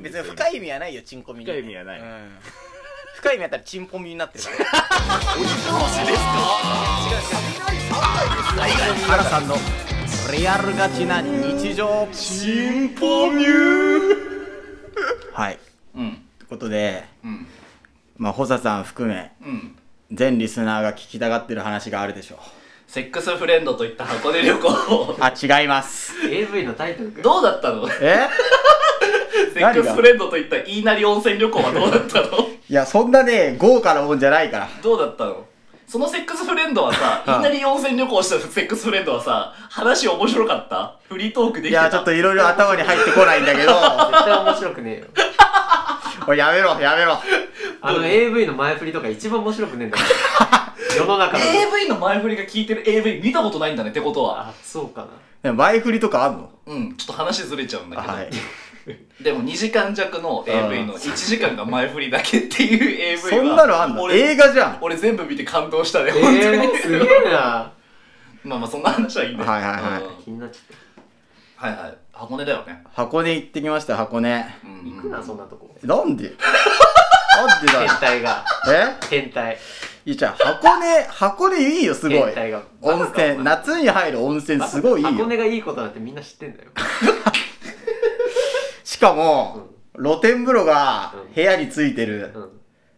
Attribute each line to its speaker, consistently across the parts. Speaker 1: 別に深い意味はないよチンコミに
Speaker 2: 深い意味はない
Speaker 1: うん深い意味あったらチンポミになってるから原さんのリアルガチな日常
Speaker 2: チンポミュー
Speaker 1: はい
Speaker 2: うん
Speaker 1: ということで
Speaker 2: うん
Speaker 1: まあ保佐さん含め
Speaker 2: うん
Speaker 1: 全リスナーが聞きたがってる話があるでしょう
Speaker 2: セックスフレンドといった箱根 旅行
Speaker 1: あ違います
Speaker 3: AV のタイトル
Speaker 2: どうだったの
Speaker 1: え
Speaker 2: セックスフレンドといった言いなり温泉旅行はどうだっ たの
Speaker 1: いやそんなね豪華なもんじゃないから
Speaker 2: どうだったのそのセックスフレンドは さ、
Speaker 1: うん
Speaker 2: 言いなり温泉旅行したセックスフレンドはさ、話面白かったフリートークで
Speaker 1: い
Speaker 2: きてた
Speaker 1: やちょっといろいろ頭に入ってこないんだけど
Speaker 3: 絶対面白くねえよ
Speaker 1: おいやめろやめろ
Speaker 3: あの AV の前振りとか一番面白くねえ んだから世の中の
Speaker 2: AV の前振りが聞いてる AV 見たことないんだねってことは
Speaker 3: あそうかな
Speaker 1: ね前振りとかあんの
Speaker 2: うんちょっと話ずれちゃうんだけど、
Speaker 1: はい
Speaker 2: でも2時間弱の AV の1時間が前振りだけって いう AV は
Speaker 1: そんなのあんの
Speaker 2: 俺
Speaker 1: 映画じゃん
Speaker 2: 俺全部見て感動したね
Speaker 3: え
Speaker 2: 本当に、
Speaker 3: ー、すげえな
Speaker 2: まあまあそんな話はいいんだよ
Speaker 1: はいはいはい
Speaker 2: うん
Speaker 3: 気になっちゃっ
Speaker 2: はいはい箱根だよね、
Speaker 1: 箱根行ってきました箱根
Speaker 2: うん
Speaker 3: た行くなそんなとこ
Speaker 1: なんでなんでだ
Speaker 3: 変
Speaker 1: よ
Speaker 3: 態が
Speaker 1: え
Speaker 3: 変 態
Speaker 1: いやじゃあ箱根箱根いいよすごい
Speaker 3: 変態が
Speaker 1: 温
Speaker 3: バカか
Speaker 1: 泉夏に入る温泉すごいいい
Speaker 3: 箱
Speaker 1: よ
Speaker 3: 根がいいことなんてみんな知ってんだよ
Speaker 1: しかも露天風呂が
Speaker 3: うん
Speaker 1: 部屋についてる
Speaker 3: うん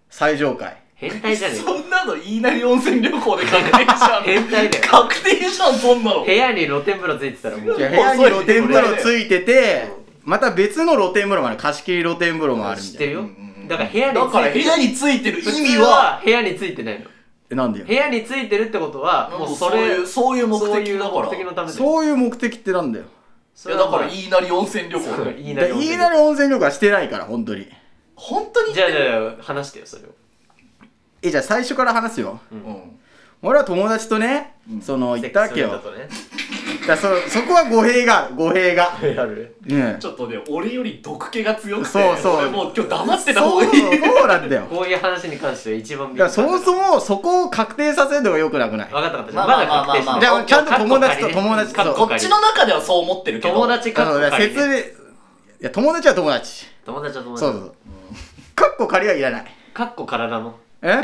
Speaker 1: 最上階
Speaker 3: 変態じゃねえか
Speaker 2: そんなの言いなり温泉旅行で確定じゃん
Speaker 3: 変態だよ
Speaker 2: 確定じゃんそんなの
Speaker 3: 部屋に露天風呂ついてたらもう
Speaker 1: じゃあ部屋に露天風呂ついてて
Speaker 3: うん
Speaker 1: また別の露天風呂もある貸し切り露天風呂もあるみ
Speaker 3: 知った
Speaker 1: い
Speaker 3: て
Speaker 1: な
Speaker 3: る
Speaker 2: う
Speaker 3: よ
Speaker 2: んうんうん
Speaker 3: だから部屋について
Speaker 2: だから部屋についてる意
Speaker 3: 普通
Speaker 2: 味は
Speaker 3: 部屋についてないの
Speaker 1: えなんでよ
Speaker 3: 部屋についてるってことは
Speaker 2: も
Speaker 3: も
Speaker 2: う
Speaker 3: う
Speaker 2: そ
Speaker 3: そ
Speaker 2: れ
Speaker 3: れ
Speaker 2: そういう目的だから
Speaker 3: そういう目的のためだよ
Speaker 1: そういう目的ってなんだよ
Speaker 3: そ
Speaker 2: いや
Speaker 3: れ
Speaker 2: だ
Speaker 3: はま
Speaker 2: か
Speaker 3: あ
Speaker 2: ら言いなり温泉旅行 だよ
Speaker 3: いい
Speaker 1: い
Speaker 3: なり
Speaker 1: いなり温泉旅行はしてないから本当に
Speaker 2: 本当に
Speaker 3: じゃあじゃあ話してよそれを
Speaker 1: えじゃあ最初から話すよ
Speaker 2: うん
Speaker 1: 俺は友達とね、
Speaker 2: うん
Speaker 1: その行ったわけよ
Speaker 3: そういうこ
Speaker 1: だからそそこは語弊がある語弊が
Speaker 3: とねある
Speaker 1: うん
Speaker 2: ちょっとね俺より毒気が強くて
Speaker 1: そうそう
Speaker 2: 俺もう今日黙ってた方
Speaker 1: そ
Speaker 2: が
Speaker 1: う
Speaker 2: いい
Speaker 1: そうなん だよ
Speaker 3: こういう話に関しては一番
Speaker 1: だからそもそもそこを確定させるのがよくなくない
Speaker 3: 分かった分かった
Speaker 2: まあ
Speaker 3: まだ
Speaker 2: まあ
Speaker 3: 確定し
Speaker 2: まあまあまあ
Speaker 3: な
Speaker 1: じ
Speaker 3: い
Speaker 1: ゃあちゃんと友達と
Speaker 3: カッコ
Speaker 1: 友達と
Speaker 3: カッコ
Speaker 2: こっちの中ではそう思ってるけど
Speaker 3: 友達
Speaker 1: あ
Speaker 3: か
Speaker 1: のだ
Speaker 3: っ
Speaker 1: か
Speaker 3: こ
Speaker 1: ら
Speaker 3: 仮
Speaker 1: 説
Speaker 3: ね
Speaker 1: 明いや友達は友達
Speaker 3: 友達は友達
Speaker 1: そうそうそうカッコ仮はいらない
Speaker 3: かっこ体の
Speaker 1: え
Speaker 3: かっ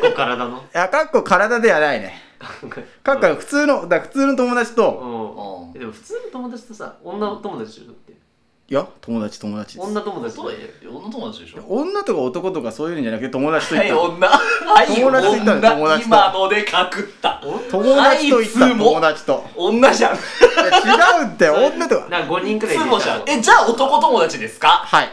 Speaker 3: こ体の
Speaker 1: いやカッコ体ではないね カッコは普通のだから普通の友達と
Speaker 3: うんでも普通の友達とさ女友達でしょだって
Speaker 1: いや友達友達です
Speaker 3: 女友達だ
Speaker 2: そう
Speaker 3: よ
Speaker 2: や女友達でしょ
Speaker 1: 女とか男とかそういうんじゃなくて友達と行
Speaker 2: は
Speaker 1: っ
Speaker 2: い
Speaker 1: たの
Speaker 2: 女はい
Speaker 1: 友達と行ったの友
Speaker 2: 女
Speaker 1: 達と
Speaker 2: 今のでかくった
Speaker 1: 友達と行った
Speaker 2: はいいつも
Speaker 1: の友達と
Speaker 2: 女じゃんい
Speaker 1: いや違うんだよ女とか
Speaker 3: なんか5人くらい
Speaker 2: つ
Speaker 3: いる
Speaker 2: もじゃんえじゃあ男友達ですか
Speaker 1: はい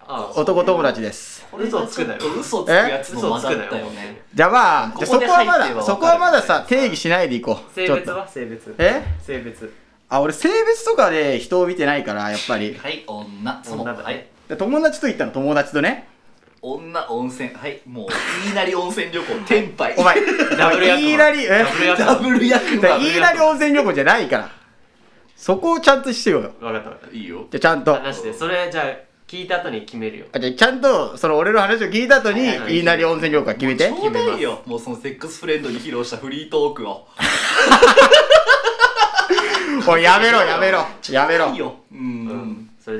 Speaker 3: ああ
Speaker 1: 男友達です
Speaker 3: 嘘つくなよ
Speaker 2: ちょっと嘘つくやつの
Speaker 3: 嘘
Speaker 2: 混
Speaker 3: つ
Speaker 2: ざ
Speaker 3: く
Speaker 2: っ
Speaker 3: な
Speaker 2: たよ
Speaker 3: よ
Speaker 2: ね
Speaker 1: じゃあまあじゃあそ
Speaker 2: こ
Speaker 1: こ
Speaker 2: こで
Speaker 1: はま
Speaker 2: 入って
Speaker 1: だ
Speaker 2: は
Speaker 1: そこはまだ
Speaker 2: わか
Speaker 1: さ
Speaker 2: る
Speaker 1: 定義しないでいこう
Speaker 3: 性別
Speaker 1: ちょっと
Speaker 3: は性別
Speaker 1: え
Speaker 3: 性別
Speaker 1: あ俺性別とかで人を見てないからやっぱり
Speaker 2: はい女その
Speaker 3: 女だね
Speaker 2: はい
Speaker 1: で友達と行ったの友達とね
Speaker 2: 女温泉はいもう言いなり温泉旅行天杯
Speaker 1: お前
Speaker 3: ダブル役
Speaker 1: 言いなりえ
Speaker 3: ダブル役
Speaker 2: ダブル
Speaker 1: だ
Speaker 2: 役
Speaker 1: から
Speaker 2: なの
Speaker 3: い
Speaker 1: 言いなり温泉旅行じゃないからそこをちゃんとしてよよ
Speaker 3: 分かった分かっ
Speaker 2: いいよ
Speaker 1: じゃあちゃんと
Speaker 3: た話してそれじゃあ聞いた後に決めるよ
Speaker 1: あじゃあちゃんとその俺の話を聞いた後に
Speaker 3: はいはい
Speaker 1: 言いなり温泉旅行は決めて
Speaker 2: ちょうどいいよもうそのセックスフレンドに披露したフリートークを
Speaker 1: おいやめろやめろやめろ
Speaker 2: いいようん、
Speaker 3: うんそれ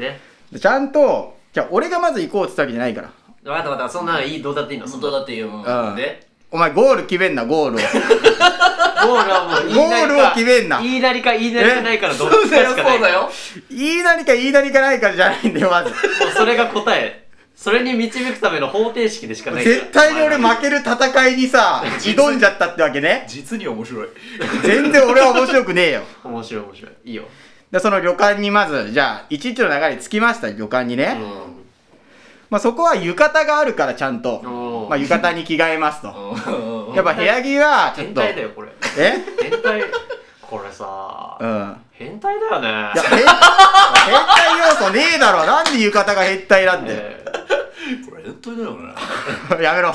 Speaker 3: で
Speaker 1: ちゃんとじゃあ俺がまず行こうって言ったわけじゃないから
Speaker 3: 分かった分かったそんなのいいどうだっていいのそ
Speaker 2: 本
Speaker 3: んなの
Speaker 2: 当だっていう、
Speaker 1: うん
Speaker 2: で
Speaker 1: お前ゴール決めんなゴール を
Speaker 3: ゴールはもう言いなりか
Speaker 1: ゴールを決めんな
Speaker 3: 言いなりか言いなりかないからどっ
Speaker 2: そう
Speaker 3: ちか
Speaker 2: だ
Speaker 3: し
Speaker 2: よ
Speaker 3: か
Speaker 2: そう
Speaker 3: ない
Speaker 2: だよ
Speaker 1: 言いなりか言いなりかないかじゃないんだよまず
Speaker 3: もうそれが答えそれに導くための方程式でしかないから
Speaker 1: 絶対に俺負ける戦いにさ挑んじゃったってわけね
Speaker 2: 実に面白い
Speaker 1: 全然俺は面白くねえよ
Speaker 3: 面白い面白いいいよ
Speaker 1: でその旅館にまずじゃあ一日の流れに着きました旅館にね、
Speaker 3: う
Speaker 1: まあ、そこは浴衣があるからちゃんと、
Speaker 3: おー
Speaker 1: まあ、浴衣に着替えますと
Speaker 2: うん
Speaker 1: やっぱ部屋着はちょっ
Speaker 3: 変
Speaker 1: と
Speaker 3: 態だよこれ
Speaker 1: え
Speaker 3: 変態これさ
Speaker 1: うんいや
Speaker 3: 変態だよね
Speaker 1: 変変態要素ねえだろなんで浴衣が変態なんだよ、
Speaker 3: え
Speaker 2: これ変態だよね
Speaker 1: やめろ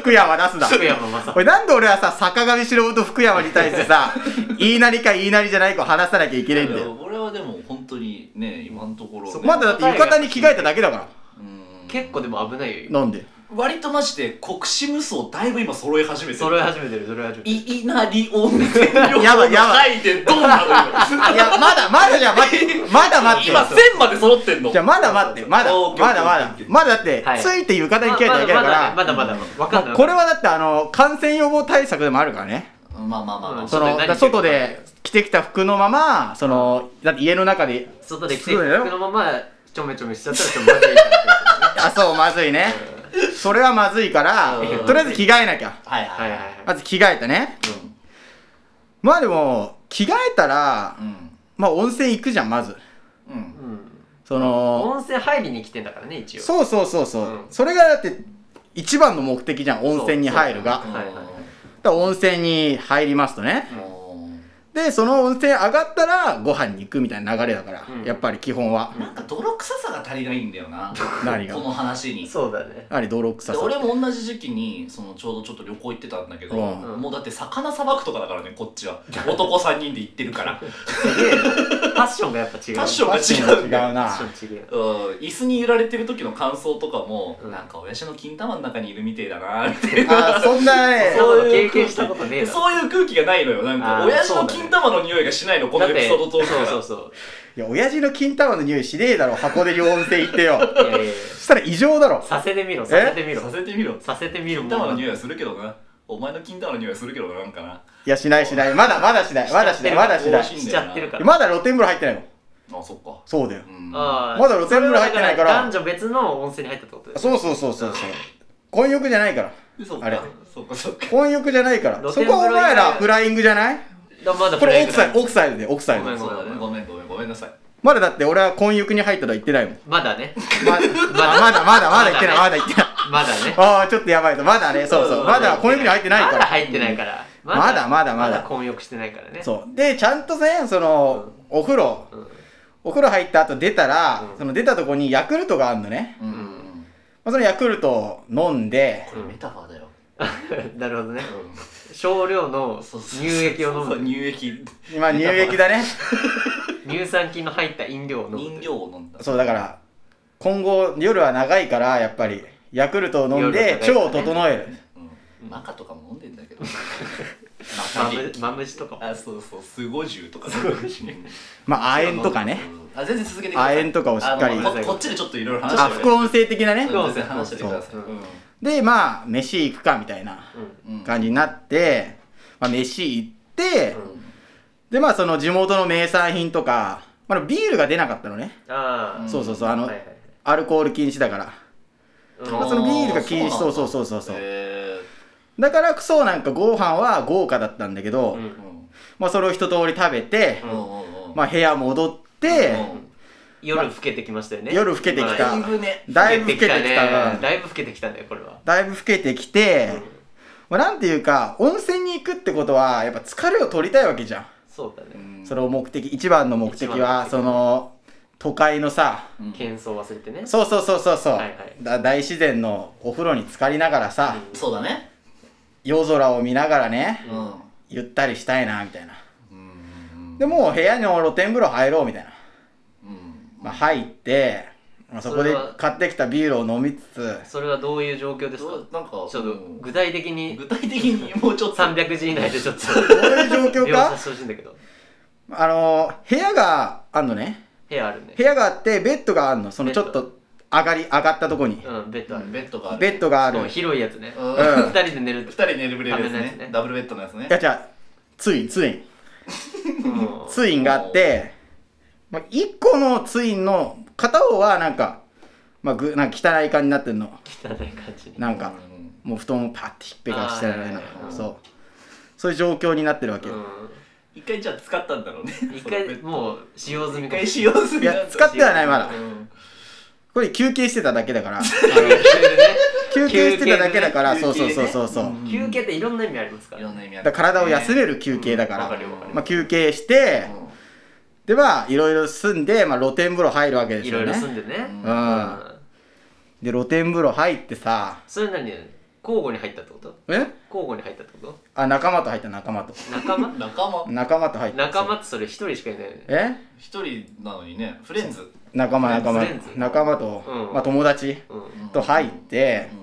Speaker 1: 福山出すな
Speaker 3: ー福山雅治
Speaker 1: 俺なんで俺はさ坂上忍と福山に対して さ言いなりか言いなりじゃないかを話さなきゃいけないんだよ
Speaker 2: 俺はでも本当にね今のところ、ね、
Speaker 3: そこ
Speaker 1: まだだって浴衣に着替えただけだから
Speaker 2: うん
Speaker 3: 結構でも危ないよ
Speaker 1: なんで
Speaker 3: 今
Speaker 2: 割とマジで国士無双だいぶ今揃い始めてる
Speaker 3: 揃い始めてる揃い始めてる
Speaker 2: いいなりを見てるよ
Speaker 1: やばいやば
Speaker 2: いでどんなのよ
Speaker 1: あい やまだまだじゃあ待ってまだ待って
Speaker 2: 今1000まで揃ってんの
Speaker 1: じゃあまだ待ってまだ
Speaker 2: オーケー
Speaker 1: まだまだ
Speaker 2: オーケー
Speaker 1: まだだって
Speaker 3: はい
Speaker 1: ついて浴衣に着替えただ
Speaker 3: まだ
Speaker 1: けだ
Speaker 3: ま
Speaker 1: か
Speaker 3: だま
Speaker 1: ら
Speaker 3: だまだわかんない
Speaker 1: これはだってあの感染予防対策でもあるからね
Speaker 2: まあまあまあま
Speaker 3: う
Speaker 2: あ
Speaker 3: ん
Speaker 1: そ
Speaker 3: 外
Speaker 1: の
Speaker 3: で何着てるか
Speaker 1: 外で着てきた服のままそのだって家の中で
Speaker 3: 外で着てる
Speaker 1: そうだよ
Speaker 3: 服のままちょめちょめしちゃったらちょっとまずいからってことね
Speaker 1: あそうまずいねそれはまずいから
Speaker 2: うん
Speaker 1: とりあえず着替えなきゃ
Speaker 2: はいは
Speaker 3: はいいはいいは
Speaker 2: は
Speaker 3: い
Speaker 1: まず着替えたねまあでも着替えたら
Speaker 2: うん
Speaker 1: まあ温泉行くじゃんまず
Speaker 2: うんうん
Speaker 3: うん
Speaker 1: その
Speaker 3: 温泉入りに来てんだからね一応
Speaker 1: そうそうそうそう、
Speaker 3: うん
Speaker 1: それがだって一番の目的じゃん温泉に入るが
Speaker 3: そうはいはい
Speaker 1: だから温泉に入りますとね
Speaker 2: も
Speaker 1: でその温泉上がったらご飯に行くみたいな流れだから、
Speaker 3: うん
Speaker 1: やっぱり基本は
Speaker 2: うなんか泥臭さが足りないんだよな
Speaker 1: 何が
Speaker 2: この話に
Speaker 3: そうだ ね
Speaker 1: あれ泥臭
Speaker 2: で
Speaker 1: さ
Speaker 2: 俺も同じ時期にそのちょうどちょっと旅行行ってたんだけど、
Speaker 1: うん
Speaker 2: もうだって魚さばくとかだからねこっ ちは男3人で行ってるから
Speaker 3: すげえなファッションがやっぱ違う
Speaker 2: ファッションが違うんだよ
Speaker 1: 違うな
Speaker 3: ファッション違う
Speaker 2: うん椅子に揺られてる時の感想とかも、
Speaker 3: うん
Speaker 2: なんか親父の金玉の中にいるみてえだなみたい
Speaker 1: あ
Speaker 2: な
Speaker 1: ーそんなね
Speaker 3: そういうの経験したことねえだろ
Speaker 2: そういう空気がないのよなんか
Speaker 3: あー
Speaker 2: 親父
Speaker 3: そ
Speaker 2: の
Speaker 3: うだね
Speaker 2: 金玉の匂いがしないのこの
Speaker 3: だっ
Speaker 2: エピ
Speaker 3: て
Speaker 2: ソード通し
Speaker 3: そ
Speaker 2: て
Speaker 3: う
Speaker 2: か
Speaker 3: そ
Speaker 2: ら
Speaker 3: うそう
Speaker 1: いや親父の金玉の匂いしねえだろ箱根に温泉行ってよ
Speaker 3: いやいやいや
Speaker 1: そしたら異常だろ
Speaker 3: させてみろさせてみろ
Speaker 2: させてみろ
Speaker 3: させてみるも
Speaker 2: 金玉の
Speaker 3: ん
Speaker 2: 匂いはするけどなお前の金玉の匂いはするけどななんかない
Speaker 1: やしないしないまだまだしないまだしないまだしない
Speaker 2: い
Speaker 3: しちゃってるから
Speaker 1: まだ露天風呂入ってないの
Speaker 2: あそっか
Speaker 1: そうだよ
Speaker 2: うん
Speaker 3: あー
Speaker 1: まだ露天風呂入ってないから
Speaker 3: それはだ男女別の温泉に入ったってことです
Speaker 1: そうそうそうそうそう混浴じゃないから
Speaker 2: そっ
Speaker 1: あれ
Speaker 2: かそっかそっか
Speaker 1: 混浴じゃないから
Speaker 3: 露
Speaker 1: そ
Speaker 3: 天風呂
Speaker 1: こはお
Speaker 3: 以外
Speaker 1: 前らフライングじゃない
Speaker 3: だまだ
Speaker 1: こ
Speaker 3: プ
Speaker 1: れ
Speaker 3: レ
Speaker 1: オフ
Speaker 3: イぐ
Speaker 1: サ
Speaker 3: ら
Speaker 1: イ
Speaker 3: い
Speaker 1: ドオフサイドでオフサイド
Speaker 3: ごめん
Speaker 2: そうだねごめんごめんごめんなさい
Speaker 1: まだだって俺は混浴に入ったとは言ってないもん
Speaker 3: まだね
Speaker 1: まあまだまだまだ言ってないまだ言ってない
Speaker 3: まだね
Speaker 1: ああちょっとやばいとまだねそうそうまだ混浴に入ってないか
Speaker 3: まだ
Speaker 1: ら
Speaker 3: 入ってないから
Speaker 1: まだまだまだ
Speaker 3: まだ混浴してないからね
Speaker 1: そうでちゃんとねそのお風呂
Speaker 3: うん
Speaker 1: お風呂入った後出たら
Speaker 3: うん
Speaker 1: その出たとこにヤクルトがあるのね
Speaker 2: うん、
Speaker 1: まあそのヤクルトを飲んで
Speaker 2: これメタファーだよ、
Speaker 3: なるほどね少量の
Speaker 2: そうそう
Speaker 3: 乳液を飲
Speaker 2: そう
Speaker 3: む
Speaker 2: 乳液
Speaker 1: 今乳液だね
Speaker 3: 乳酸菌の入った飲料を飲む
Speaker 2: 飲料を飲んだ
Speaker 1: そうだから今後夜は長いからやっぱりヤクルトを飲んで
Speaker 3: 夜は長い
Speaker 1: 腸
Speaker 3: からね
Speaker 1: を整える
Speaker 2: うんマカとかも飲んでんだけど
Speaker 3: マ
Speaker 2: マカ
Speaker 3: ム
Speaker 2: リ
Speaker 3: マムシとかも
Speaker 2: あそうそうスゴジュウとかねうん
Speaker 1: まあ亜鉛とかね
Speaker 2: あ全然続けてくだ
Speaker 1: 亜
Speaker 2: さい
Speaker 1: 鉛とかをしっかり
Speaker 2: あのここっちでちょっといろいろ話して
Speaker 1: あ副音声的なね
Speaker 2: 全然話しててください
Speaker 3: そう
Speaker 2: うん
Speaker 1: でまあ飯行くかみたいな
Speaker 3: うん
Speaker 2: うん
Speaker 1: 感じになって、まあ、飯行って、でまあその地元の名産品とか、まあ、ビールが出なかったのね、
Speaker 3: ああ
Speaker 2: ん
Speaker 1: そうそうそうあの、
Speaker 3: はいはい
Speaker 1: アルコール禁止だから、
Speaker 3: うん
Speaker 1: まあ、そのビールが禁止
Speaker 2: あー
Speaker 1: そうそうそうそうそう
Speaker 2: へ
Speaker 1: だからこそなんかご飯は豪華だったんだけど、
Speaker 3: うん
Speaker 2: ーうん
Speaker 1: まあそれを一通り食べて、
Speaker 2: うんうんうん
Speaker 1: まあ部屋戻って、
Speaker 3: 夜更けてきましたよね
Speaker 1: 夜更けてきた
Speaker 2: だいぶね
Speaker 1: だいぶ老けてきた
Speaker 3: ね
Speaker 1: な
Speaker 3: だいぶ老けてきたねこれは
Speaker 1: だいぶ老けてきて、まあ、なんていうか温泉に行くってことはやっぱ疲れを取りたいわけじゃん、
Speaker 3: そうだね
Speaker 1: その目的一番の目的
Speaker 3: 一番の
Speaker 1: は
Speaker 3: 目的
Speaker 1: その都会のさ
Speaker 2: うん
Speaker 3: 喧騒忘れてね
Speaker 1: そうそうそうそうそう、
Speaker 3: はいはい
Speaker 1: だ大自然のお風呂に浸かりながらさ、
Speaker 3: うん
Speaker 2: そうだね
Speaker 1: 夜空を見ながらね
Speaker 2: うん
Speaker 1: ゆったりしたいなみたいな
Speaker 2: うん
Speaker 1: でもう部屋の露天風呂入ろうみたいな、
Speaker 2: うん
Speaker 1: まあ、入って、まあ、そこで
Speaker 3: それは
Speaker 1: 買ってきたビールを飲みつつ
Speaker 3: それはどういう状況ですか
Speaker 2: どうなんか
Speaker 3: ちょっ
Speaker 2: う
Speaker 3: と
Speaker 2: ん
Speaker 3: 具体的に
Speaker 2: 具体的にもうちょっと
Speaker 3: 300字以内でちょっと
Speaker 1: どういう状況
Speaker 3: 描写
Speaker 1: か
Speaker 3: してほしいんだけど
Speaker 1: あの部屋があんのね
Speaker 3: 部屋あるね
Speaker 1: 部屋があってベッドがあんのそのち
Speaker 3: ベ
Speaker 1: ょ
Speaker 3: ッ
Speaker 1: っ
Speaker 3: ド
Speaker 1: と上がり上がったとこに
Speaker 3: うんベッドある
Speaker 2: ベッドがある
Speaker 1: ベッドがある
Speaker 3: しかも広いやつね
Speaker 2: うん
Speaker 1: うん
Speaker 3: 2人で寝る
Speaker 2: 二人寝るベッド
Speaker 3: 壁のや
Speaker 2: です
Speaker 3: つ
Speaker 2: ね
Speaker 3: ね
Speaker 2: ダブルベッドのやつね
Speaker 1: いやじゃあツインツイン
Speaker 3: うん
Speaker 1: ツインがあって、まあ、1個のツインの片方はなんか,、まあ、ぐなんか汚い感じになってんの
Speaker 3: 汚い感じに
Speaker 1: なんか
Speaker 2: うん
Speaker 1: もう布団をパッてひっぺがしてられない
Speaker 3: あーはいはいはい
Speaker 1: そうそういう状況になってるわけよ、
Speaker 3: う
Speaker 2: 一回じゃあ使ったんだろうね
Speaker 3: ん一
Speaker 2: そのベッ
Speaker 3: 回
Speaker 2: ド
Speaker 3: もう使用済み
Speaker 2: 一
Speaker 3: か
Speaker 2: 回
Speaker 3: もし
Speaker 2: 使用する
Speaker 1: いや使ってはないまだ
Speaker 2: うん
Speaker 1: これ休憩してただけだ から
Speaker 3: れない
Speaker 1: 休憩してただけだから、
Speaker 3: 休
Speaker 1: そう
Speaker 3: 憩
Speaker 1: そう
Speaker 3: ね
Speaker 1: そうそうそう、
Speaker 2: うん
Speaker 3: 休憩っていろんな意味ありますか
Speaker 2: い
Speaker 3: ら
Speaker 2: ろんな意味あ
Speaker 1: だ
Speaker 2: る
Speaker 1: から体を休め
Speaker 2: る
Speaker 1: る休憩だから、
Speaker 3: わかるよわかる
Speaker 1: まあ、休憩して、でまあいろいろ住んで、まあ、露天風呂入るわけです
Speaker 3: いろ
Speaker 1: よ
Speaker 3: いろ住
Speaker 1: ね
Speaker 3: んでね
Speaker 2: うん
Speaker 1: うんで露天風呂入ってさ
Speaker 3: それ何交互に入ったってこと
Speaker 1: え
Speaker 3: 交互に入ったってこと
Speaker 1: あ仲間と入った仲間と
Speaker 3: 仲間
Speaker 2: 仲間
Speaker 1: 仲間と入った
Speaker 3: 仲間っ
Speaker 1: そう
Speaker 3: てそれ一人しかいないよね
Speaker 1: え
Speaker 2: 一人なのにねフレンズ
Speaker 1: 仲間仲間
Speaker 3: フレンズ
Speaker 1: 仲間と、
Speaker 3: うん
Speaker 1: まあ、友達
Speaker 3: うん
Speaker 1: と入って、
Speaker 2: うん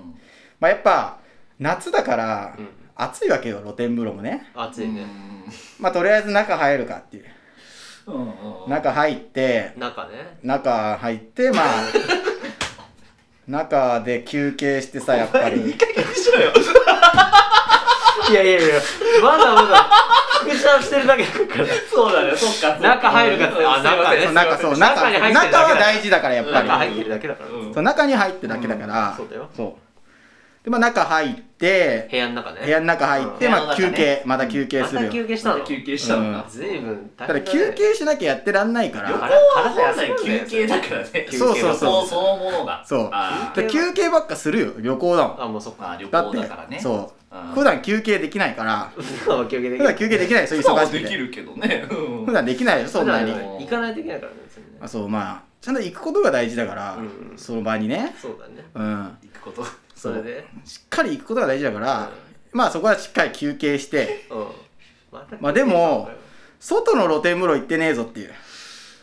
Speaker 1: まあ、やっぱ夏だから
Speaker 3: うん
Speaker 1: 暑いわけよ露天風呂もね
Speaker 3: 暑いね、
Speaker 1: まあとりあえず中入るかっていう
Speaker 2: うんうんうん
Speaker 1: 中入って
Speaker 3: 中 ね
Speaker 1: 中入ってまあ中で休憩してさやっ
Speaker 2: お
Speaker 1: ぱ
Speaker 2: 前い
Speaker 1: り
Speaker 2: い加減にしろよ
Speaker 3: いやいやいやまだまだ副車してるだけだ から
Speaker 2: そうだねそっかそっか
Speaker 3: 中入るかってあ中ね
Speaker 1: そう中そう
Speaker 3: 中
Speaker 1: 中
Speaker 3: に入ってるだけだ
Speaker 1: 中は大事だからやっぱり
Speaker 3: 中入ってるだけだから、
Speaker 2: うん
Speaker 1: そう中に入ってだけだから、
Speaker 3: そうだよ
Speaker 1: そうでまあ中入って
Speaker 3: 部屋の中ね
Speaker 1: 部屋の中入って、
Speaker 2: うん
Speaker 1: まあ
Speaker 2: 部
Speaker 1: 休
Speaker 2: 屋の中ね
Speaker 1: 憩また休憩する
Speaker 3: ま
Speaker 1: よ、
Speaker 3: た休憩したの
Speaker 2: また休憩したのか
Speaker 3: ずいぶん
Speaker 1: だ
Speaker 3: 大
Speaker 1: から
Speaker 3: 変だね
Speaker 1: 休憩しなきゃやってらんないから
Speaker 3: よ
Speaker 2: 旅
Speaker 3: 腹
Speaker 2: 行
Speaker 3: 腹
Speaker 2: は
Speaker 3: 腹痩
Speaker 2: 本
Speaker 3: せ
Speaker 2: 来
Speaker 3: るんだよ
Speaker 2: 休憩だからね
Speaker 1: そうそうそう
Speaker 2: 休憩のそのものが
Speaker 1: そう
Speaker 2: あ
Speaker 1: で休憩ばっかするよ旅行だもん
Speaker 3: あもうそっ
Speaker 2: ーま
Speaker 3: か
Speaker 2: あ旅行
Speaker 1: だって
Speaker 2: だからねう
Speaker 1: そう、
Speaker 2: ん
Speaker 1: 普段休憩できないから
Speaker 3: 普段は休憩でき
Speaker 1: 普
Speaker 3: ない
Speaker 1: 段休憩できないでしょ
Speaker 2: 今
Speaker 1: 忙
Speaker 2: は
Speaker 1: し
Speaker 2: で
Speaker 1: く
Speaker 2: き
Speaker 1: て
Speaker 2: るけどねうん
Speaker 1: 普段できないでしょそんなに
Speaker 3: 普段は行かないといけないからね別にね
Speaker 1: あそうまあちゃんと行くことが大事だから、
Speaker 3: うん
Speaker 1: その場にね
Speaker 3: そうだね
Speaker 1: うん
Speaker 2: 行くこと
Speaker 1: そう
Speaker 3: それで
Speaker 1: しっかり行くことが大事だから、まあそこはしっかり休憩して
Speaker 3: うんまた
Speaker 1: まあでも外の露天風呂行ってねえぞっていう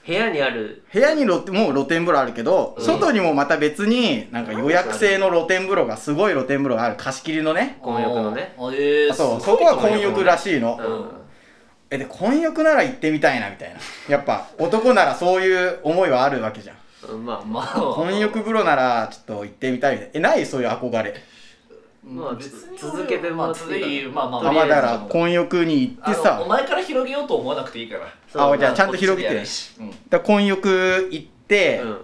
Speaker 3: 部屋にある
Speaker 1: 部屋に露天もう露天風呂あるけど、
Speaker 3: うん
Speaker 1: 外にもまた別になんか予約制の露天風呂がすごい露天風呂がある貸し切りのね
Speaker 3: 混浴のね
Speaker 2: あーえー
Speaker 1: そう
Speaker 2: すご
Speaker 1: そこ
Speaker 2: い
Speaker 1: は混浴らしいの、
Speaker 3: う
Speaker 2: うん
Speaker 3: ん
Speaker 1: えで混浴なら行ってみたいなみたいなやっぱ男ならそういう思いはあるわけじゃん
Speaker 3: うんまあまあ
Speaker 2: まあ
Speaker 1: 混浴風呂ならちょっと行ってみたいみたいなえないそういう憧れ
Speaker 3: まあ
Speaker 2: 別に
Speaker 3: 続けても
Speaker 2: ま
Speaker 3: ら
Speaker 2: あ
Speaker 3: っていい
Speaker 2: 続いまあまあ
Speaker 1: あまあだから
Speaker 2: 今
Speaker 1: 混浴に行って
Speaker 2: お
Speaker 1: さ
Speaker 2: 前から広げようと思わなくていいから
Speaker 1: あじゃあちゃんと
Speaker 2: こっで
Speaker 1: 広げて
Speaker 2: やるしうん
Speaker 1: だ混浴行って、
Speaker 3: うん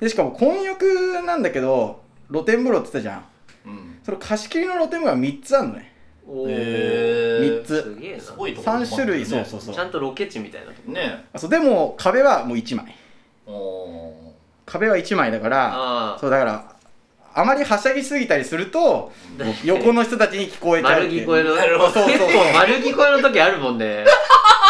Speaker 1: でしかも混浴なんだけど露天風呂って言ったじゃん
Speaker 2: うん
Speaker 1: その貸し切りの露天風呂が3つあるのね
Speaker 3: おお
Speaker 1: 3つ
Speaker 3: すげえな
Speaker 2: すごいところ
Speaker 1: 3種類、そうそううそう
Speaker 3: ちゃんとロケ地みたいなとこ
Speaker 2: ね
Speaker 1: あそうでも壁はもう1枚
Speaker 2: えお
Speaker 1: 壁は1枚だから
Speaker 3: あ
Speaker 1: そうだからあまりはしゃぎすぎたりすると横の人たちに聞こ
Speaker 3: あ
Speaker 1: えちゃう
Speaker 3: 丸
Speaker 1: ってい
Speaker 3: 聞
Speaker 1: う
Speaker 3: こえの
Speaker 2: なる
Speaker 1: ほどそうそう
Speaker 3: 結構丸聞こえの時あるも んね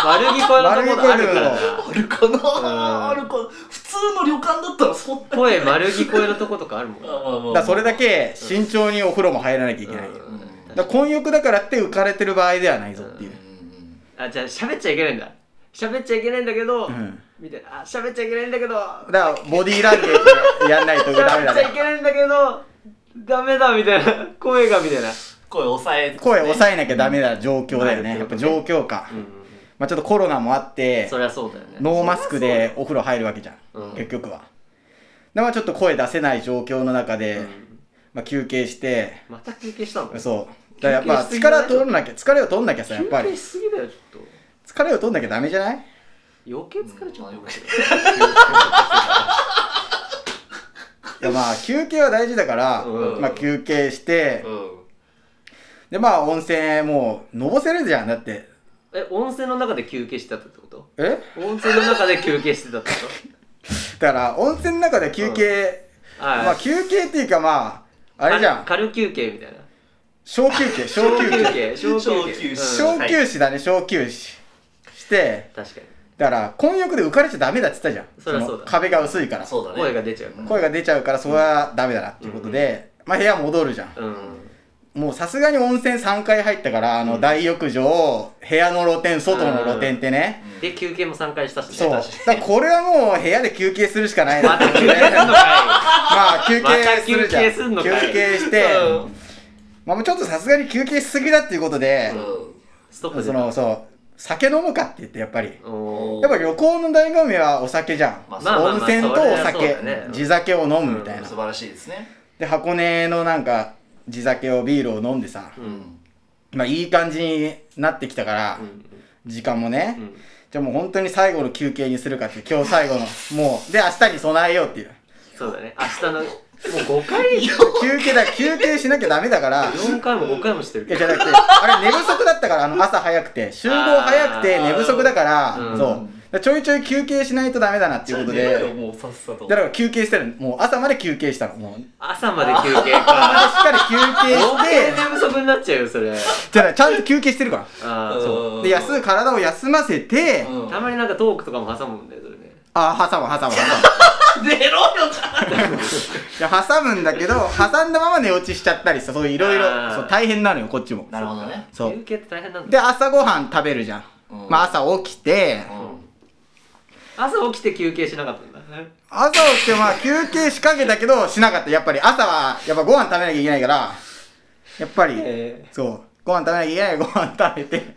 Speaker 3: 丸聞こえのところあるから
Speaker 1: 丸聞
Speaker 3: な
Speaker 2: ーあるか
Speaker 3: うん
Speaker 2: なあるか普通の旅館だったらそんな
Speaker 3: 声丸聞こえのとことかあるもん
Speaker 2: まあまあまあま
Speaker 1: だ
Speaker 2: あ
Speaker 1: からそれだけ慎重にお風呂も入らなきゃいけない、
Speaker 3: うん
Speaker 1: だか
Speaker 2: うん
Speaker 1: ら混浴だからって浮かれてる場合ではないぞっていう、
Speaker 3: あじゃあ喋っちゃいけないんだ喋っちゃいけないんだけど、
Speaker 1: うん
Speaker 3: みたいなあ喋っちゃいけないんだけど
Speaker 1: だからボディーランゲージやんないとダメ
Speaker 3: 喋
Speaker 1: だ
Speaker 3: っちゃい
Speaker 1: ね
Speaker 3: けないんだけどダメだみたいな声がみたいな、
Speaker 2: 声抑えて
Speaker 1: 声抑えなきゃダメな状況だよ
Speaker 3: う
Speaker 1: ね
Speaker 3: ん
Speaker 1: やっぱ状況か、
Speaker 3: うん、
Speaker 1: まあちょっとコロナもあって
Speaker 3: そりゃそうだよね
Speaker 1: ノーマスクでお風呂入るわけじゃん、
Speaker 3: うん
Speaker 1: 結局はでまあちょっと声出せない状況の中で、
Speaker 3: うん
Speaker 1: まあ、休憩して
Speaker 3: また休憩したの
Speaker 1: そうだからやっぱ
Speaker 3: 休憩しすぎじゃない
Speaker 1: 力取んなきゃ疲れを取んなきゃさやっぱ
Speaker 3: 休
Speaker 1: り
Speaker 3: 憩しすぎだよちょっと
Speaker 1: 疲れを取んなきゃダメじゃ ない
Speaker 3: 余計疲れちゃう
Speaker 2: うん余計
Speaker 1: いやまあ休憩は大事だから、
Speaker 3: うん
Speaker 1: まあ、休憩して、
Speaker 2: うん
Speaker 1: でまあ温泉もうのぼせるじゃんだって
Speaker 3: え温泉の中で休憩してたってこと
Speaker 1: え
Speaker 3: 温泉の中で休憩してたってこ
Speaker 1: だから温泉の中で休憩、
Speaker 3: とはい、
Speaker 1: まあ休憩っていうかまああれじゃん
Speaker 3: 軽軽休憩みたいな
Speaker 1: 小休憩小休憩
Speaker 3: 小休憩小休
Speaker 2: 小
Speaker 3: 憩
Speaker 2: 休
Speaker 3: うん
Speaker 2: 止
Speaker 1: 小
Speaker 3: はい
Speaker 1: 休止だね小休止して
Speaker 3: 確かに
Speaker 1: だから混浴で浮かれちゃダメだって言ったじゃん
Speaker 3: そりゃそうだ
Speaker 1: の壁が薄いから
Speaker 2: そうだね
Speaker 3: 声が出ちゃうか
Speaker 1: 声が出ちゃうからそれはダメだなっていうことで、まあ部屋戻るじゃん
Speaker 3: らうん
Speaker 1: もうさすがに温泉3回入ったからあの大浴場、部屋の露天外の露天ってね、
Speaker 3: で休憩も3回したしね
Speaker 1: そうだ
Speaker 3: 確か
Speaker 1: からこれはもう部屋で休憩するしかない
Speaker 3: にま
Speaker 1: な
Speaker 3: た休憩すんのか
Speaker 1: まあ休
Speaker 3: ま
Speaker 1: 憩
Speaker 3: た
Speaker 1: する
Speaker 3: 休
Speaker 1: じゃん
Speaker 3: 憩すんのかい
Speaker 1: 憩して、
Speaker 2: うん
Speaker 1: まあもうちょっとさすがに休憩しすぎだっていうことで、
Speaker 2: うん
Speaker 3: いストップ
Speaker 1: そ
Speaker 3: で
Speaker 1: のそう酒飲むかって言ってやっぱり
Speaker 3: おー
Speaker 1: やっぱ旅行の醍醐味はお酒じゃん、
Speaker 2: まあ
Speaker 1: そう
Speaker 2: まあ
Speaker 3: まあ
Speaker 1: 温泉とお
Speaker 3: それ
Speaker 1: 酒
Speaker 3: はそうだね
Speaker 1: 地酒を飲むみたいな、
Speaker 2: 素晴らしいですね
Speaker 1: で箱根のなんか地酒をビールを飲んでさ、
Speaker 2: うん
Speaker 1: まあいい感じになってきたから、
Speaker 3: うん
Speaker 1: 時間もね、
Speaker 3: うん
Speaker 1: じゃあもう本当に最後の休憩にするかっていう今日 最後のもうで明日に備えようっていう
Speaker 3: そうだね明日のもう5回
Speaker 1: 休 憩だ休憩しなきゃダメだから
Speaker 3: 4回も5回もしてる
Speaker 1: いやじゃなくてあれ寝不足だったからあの朝早くて集合早くて
Speaker 3: あー
Speaker 1: 寝不足だから、
Speaker 3: うん
Speaker 1: そうだからちょいちょい休憩しないとダメだなっていうこと
Speaker 2: じゃあねえよ
Speaker 1: で
Speaker 2: もうさっさと
Speaker 1: だから休憩してるもう朝まで休憩したのもう
Speaker 3: 朝まで休憩か
Speaker 1: 朝までしっかり休憩
Speaker 3: 5回
Speaker 1: して
Speaker 3: 寝不足になっちゃうよそれ
Speaker 1: じゃあちゃんと休憩してるから
Speaker 3: あーそう
Speaker 2: うん
Speaker 1: で休体を休ませて、
Speaker 2: うん
Speaker 3: たまになんかトークとかも挟むもんねそれね
Speaker 1: ああ挟む挟む挟む
Speaker 2: 出ろよじゃ
Speaker 1: いや挟むんだけど挟んだまま寝落ちしちゃったりさそういろいろ
Speaker 3: あー
Speaker 1: そう大変なのよこっちも
Speaker 2: なるほどね
Speaker 1: そう
Speaker 3: 休憩って大変なんだ
Speaker 1: で朝ごはん食べるじゃん、
Speaker 2: うん
Speaker 1: まあ朝起きて、
Speaker 3: 朝起きて休憩しなかったんだ
Speaker 1: 朝起きてまあ休憩しかけたけどしなかったやっぱり朝はやっぱご飯食べなきゃいけないからやっぱり、
Speaker 3: え
Speaker 1: そうご飯食べなきゃいけないご 飯食べて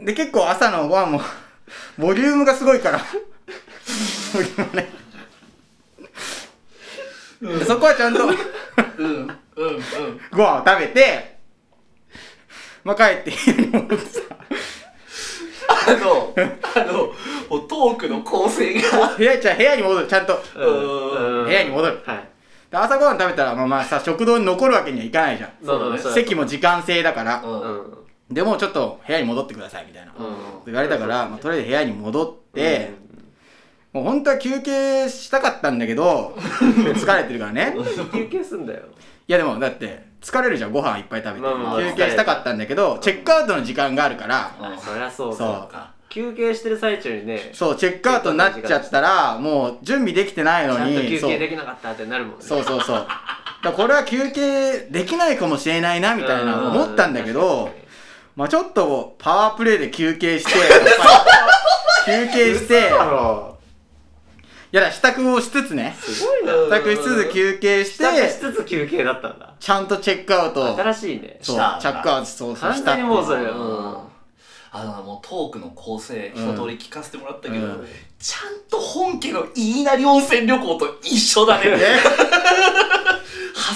Speaker 1: で結構朝のご飯も ボリュームがすごいからボリュームね、そこはちゃんと
Speaker 2: うんうんうん
Speaker 1: ご飯を食べてまあ帰って家に戻ってさ
Speaker 2: あのあのもうトークの構成が
Speaker 1: 部屋じゃあ部屋に戻るちゃんと
Speaker 3: ー
Speaker 2: うん
Speaker 3: うん
Speaker 1: 部屋に戻る
Speaker 3: はい
Speaker 1: で朝ごはん食べたらまあまあさ食堂に残るわけにはいかないじゃん
Speaker 3: そうだねそうだね
Speaker 1: 席も時間制だから、
Speaker 2: うん
Speaker 3: うん
Speaker 1: でもちょっと部屋に戻ってくださいみたいな、
Speaker 3: うん
Speaker 1: 言われたから、まあ、とりあえず部屋に戻って、もう本当は休憩したかったんだけど疲れてるからね
Speaker 3: うん休憩すんだよ
Speaker 1: いやでもだって疲れるじゃんご飯いっぱい食べて、
Speaker 3: まあまあ
Speaker 1: 休憩したかったんだけどチェックアウトの時間があるから
Speaker 2: うん
Speaker 3: そりゃそう
Speaker 1: そう
Speaker 3: だ休憩してる最中にね
Speaker 1: そうチェックアウトになっちゃったらもう準備できてない
Speaker 3: ち
Speaker 1: の
Speaker 3: ゃん
Speaker 1: に
Speaker 3: と休憩できなかったってなるもんね
Speaker 1: そうそうそうそうだからこれは休憩できないかもしれないなみたいな
Speaker 3: う
Speaker 1: 思ったんだけど
Speaker 3: 確かに
Speaker 1: まあちょっとパワープレイで休憩 して休憩して
Speaker 3: 嘘だろ
Speaker 1: いやだ支度をしつつね
Speaker 3: すごいな
Speaker 1: 支度しつつ休憩し
Speaker 3: 支度してつつ休憩だったんだ
Speaker 1: ちゃんとチェックアウト
Speaker 3: 新しいね
Speaker 1: そうチ
Speaker 2: した
Speaker 1: ェックアウトそうそう
Speaker 3: 完
Speaker 1: したっ
Speaker 3: 全
Speaker 1: て
Speaker 3: に
Speaker 1: い
Speaker 3: もうそれ
Speaker 2: う
Speaker 3: うん
Speaker 2: んあのもうトークの構成一通り聞かせてもらったけど、
Speaker 1: うん
Speaker 2: ちゃんと本家の飯なり温泉旅行と一緒だね
Speaker 1: ね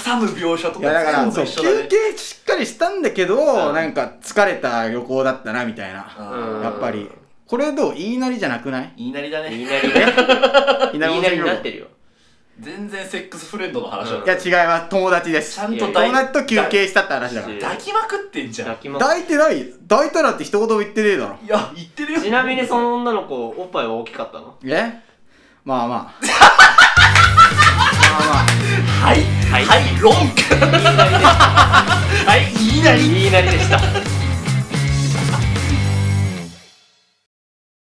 Speaker 2: 挟む描写と
Speaker 1: いやだか
Speaker 2: か
Speaker 1: ら
Speaker 2: 全
Speaker 1: そう休
Speaker 2: 部一緒だね
Speaker 1: 憩しっかりしたんだけど、
Speaker 2: うん
Speaker 1: なんか疲れた旅行だったなみたいな、
Speaker 3: うん
Speaker 1: やっぱりこれどう言いなりじゃなく ない
Speaker 2: 言いなりだね
Speaker 3: 言いな りね
Speaker 1: 言い
Speaker 3: 言いなりに
Speaker 1: も
Speaker 3: なってるよ
Speaker 2: 全然セックスフレンドの話だ、
Speaker 3: うん
Speaker 1: いや違います友達で
Speaker 2: ち
Speaker 1: す
Speaker 2: ゃ
Speaker 1: 友
Speaker 2: んと
Speaker 3: 抱い
Speaker 1: 達と休憩したって話だから
Speaker 3: いや
Speaker 2: 抱きまくってんじゃん
Speaker 3: 抱きます
Speaker 1: 抱いてない抱いたらって一言も言ってねえだろ
Speaker 2: いや言ってるよ
Speaker 3: ちなみにその女の子おっぱいは大きかっ たの
Speaker 1: えまあまあまあまあ
Speaker 2: はい
Speaker 3: はい
Speaker 2: はい論はい言いなり
Speaker 3: 言いなりでした